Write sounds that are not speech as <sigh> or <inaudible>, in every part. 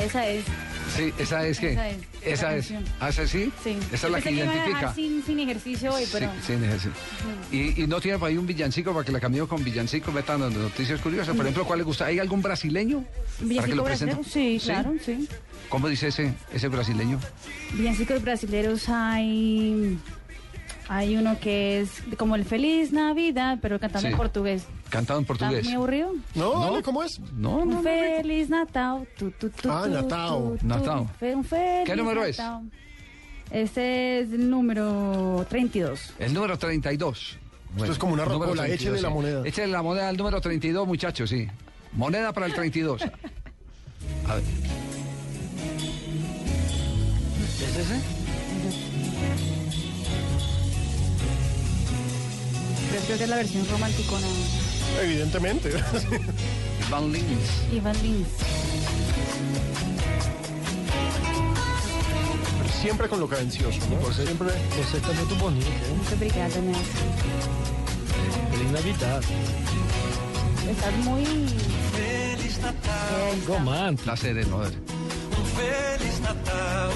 Esa es. Sí, esa es que. Esa es, Esa la es. canción. ¿Ah, esa sí? Sí. Esa es la Pensé que iban a dejar identifica. sin, sin ejercicio hoy, pero. Sí, sí, es así. Y, y no tiene por ahí un villancico para que la cambiemos con villancico, metan las noticias curiosas. Por ejemplo, ¿cuál le gusta? ¿Hay algún brasileño? para que Villancico lo brasilero. presente? Sí, claro, sí. ¿Cómo dice ese, ese brasileño? Villancicos brasileros hay. Hay uno que es como el Feliz Navidad, pero cantando Sí. en portugués. Cantado en ¿Está portugués. muy aburrido? No. No, dale, ¿cómo es? No, no. Un feliz Natal. tu, tu, tu, Ah, tu, Natal. tu, tu, Natal. fe- un feliz ¿Qué número es? Natal. Este es el número 32. El número 32. Bueno, es como una número rocola, échele la moneda. sí. Échele la moneda al número 32, muchachos, sí. Moneda para el 32. A ver. ¿Es ese? Pero creo que es la versión romanticona. Evidentemente. <laughs> Van Lins. Iván Lins. Siempre con lo cadencioso, ¿no? Pues Siempre. Você Pues está muito bonito. hein? Muchas gracias, Nelson. Feliz Navidad. Estás muy. Feliz Natal. Romântico. La sede, no. Feliz Natal.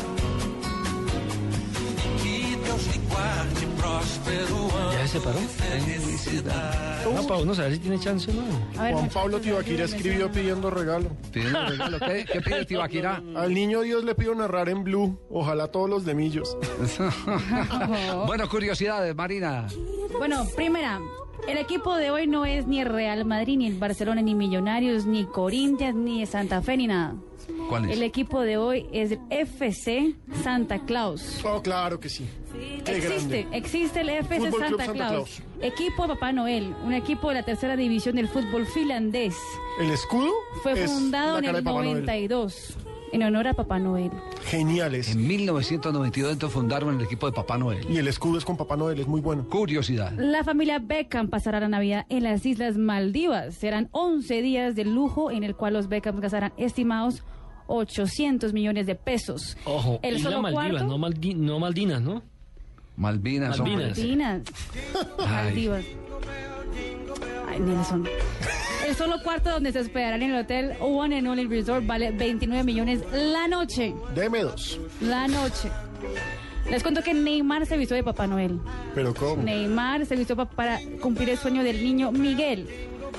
Que Deus lhe guarde próspero ano. ¿Ya se separó? No, Ah, Pau, no sabes si tiene chance o no. A ver, Juan muchachos, Pablo yo Tibaquira creo que me escribió suena. pidiendo regalo. Pidiendo regalo. ¿Qué, qué <laughs> pide Tibaquirá? Al niño Dios le pido narrar en blue. Ojalá todos los de millos. <laughs> bueno, curiosidades, Marina. Bueno, primera, el equipo de hoy no es ni el Real Madrid, ni el Barcelona, ni Millonarios, ni Corinthians, ni Santa Fe, ni nada. ¿Cuál es? El equipo de hoy es el FC Santa Claus. Oh, claro que sí. Qué existe, grande. existe el FC Fútbol Club Santa, Santa Claus. Claus. Equipo de Papá Noel, un equipo de la tercera división del fútbol finlandés. El escudo Fue es fundado la en cara el de Papá Noel. 92 en honor a Papá Noel. Geniales. En 1992 entonces fundaron el equipo de Papá Noel. Y el escudo es con Papá Noel, es muy bueno. Curiosidad. La familia Beckham pasará la Navidad en las Islas Maldivas. Serán 11 días de lujo en el cual los Beckham gastarán estimados 800 millones de pesos. Ojo, el Isla solo Maldivas, cuarto- no, Maldi- no Maldinas, ¿no? Malvinas. hombre. Malvinas. Maldinas. Ay. Maldivas. Ay, Nelson. El solo cuarto donde se hospedarán en el hotel One and Only Resort vale 29 millones la noche. Deme dos. La noche. Les cuento que Neymar se vistió de Papá Noel. Pero ¿cómo? Neymar se vistió pa- para cumplir el sueño del niño Miguel.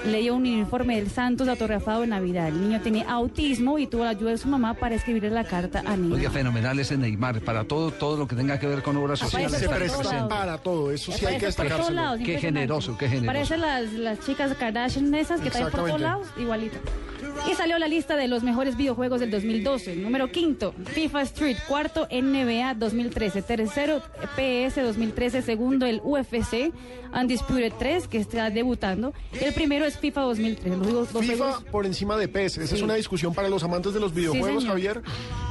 Le dio un uniforme del Santos autografado en Navidad. El niño tenía autismo y tuvo la ayuda de su mamá para escribirle la carta a Oiga, Neymar. fenomenal ese Neymar. Para todo, todo lo que tenga que ver con obras sociales. Aparece Se por estaré todos presta lados. para todo, eso sí hay que Aparece Eh, por todos destacárselo. lados, Qué impresionante. generoso, qué generoso. Parecen las, las chicas Kardashian esas que traen por todos lados, Exactamente. igualito. Y salió la lista de los mejores videojuegos del 2012. Número quinto, FIFA Street. Cuarto, NBA 2013. Tercero, PS 2013. Segundo, el UFC Undisputed 3, que está debutando. El primero es FIFA 2013. Los juegos, los FIFA juegos- por encima de PES. Esa es Sí. una discusión para los amantes de los videojuegos, señor. Javier.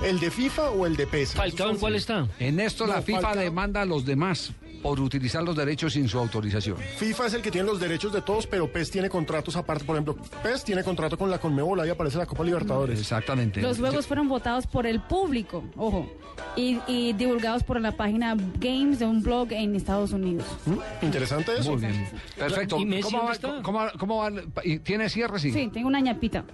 ¿El de FIFA o el de E PES? Falcao, ¿en cuál está? En esto la No, FIFA Falcao. demanda a los demás por utilizar los derechos sin su autorización. FIFA es el que tiene los derechos de todos, pero PES tiene contratos aparte. Por ejemplo, PES tiene contrato con la Conmebol, ahí aparece la Copa Libertadores. Exactamente. Los juegos fueron votados por el público, ojo, y, y divulgados por la página Games de un blog en Estados Unidos. ¿Mm? Interesante eso. Muy bien. Perfecto. ¿Y Messi ¿Cómo va, dónde está? cómo- cómo va- y ¿Tiene cierre? Sí. Sí, tengo una ñapita.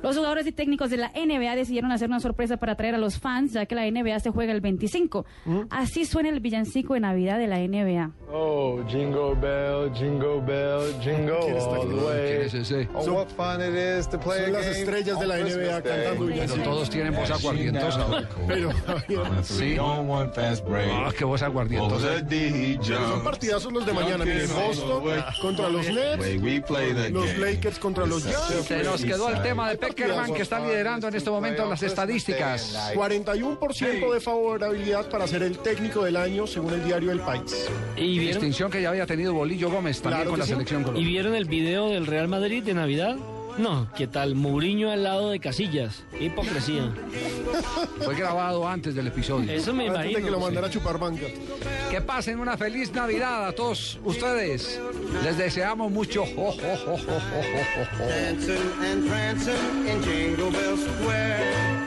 Los jugadores y técnicos de la NBA decidieron hacer una sorpresa para atraer a los fans, ya que la NBA se juega el 25. Así suena el villancico de Navidad de la NBA. Oh, jingle bell, jingle bell, ¿Quién jingle está all aquí? the ¿Quién way. es ese? Oh, what fun it is to play Son a las game estrellas de on la NBA Christmas Day. cantando Pero villancicos. todos tienen voz aguardientosa. <laughs> Pero, Javier, <laughs> Sí. On one fast break. Ah, qué voz aguardientosa. Over the son jump. partidazos los de mañana. Miren, Boston contra los Way Nets, we play the los game. Lakers contra los Jazz. Se nos quedó el tema de Peckerman que está liderando en este momento las estadísticas. 41% de favorabilidad para ser el técnico del año, según el diario El País. ¿Y vieron, Distinción que ya había tenido Bolillo Gómez también Claro con que la sí. selección ¿Y colombiana. vieron el video del Real Madrid de Navidad? No, ¿qué tal? Mourinho al lado de Casillas. <laughs> Qué hipocresía. Fue grabado antes del episodio. Eso me Antes de que lo imagino. mandara a chupar banca. Que pasen una feliz Navidad a todos ustedes. Les deseamos mucho. Jo, jo, jo, jo, jo, jo, jo. dancing and prancing in Jingle Bell Square.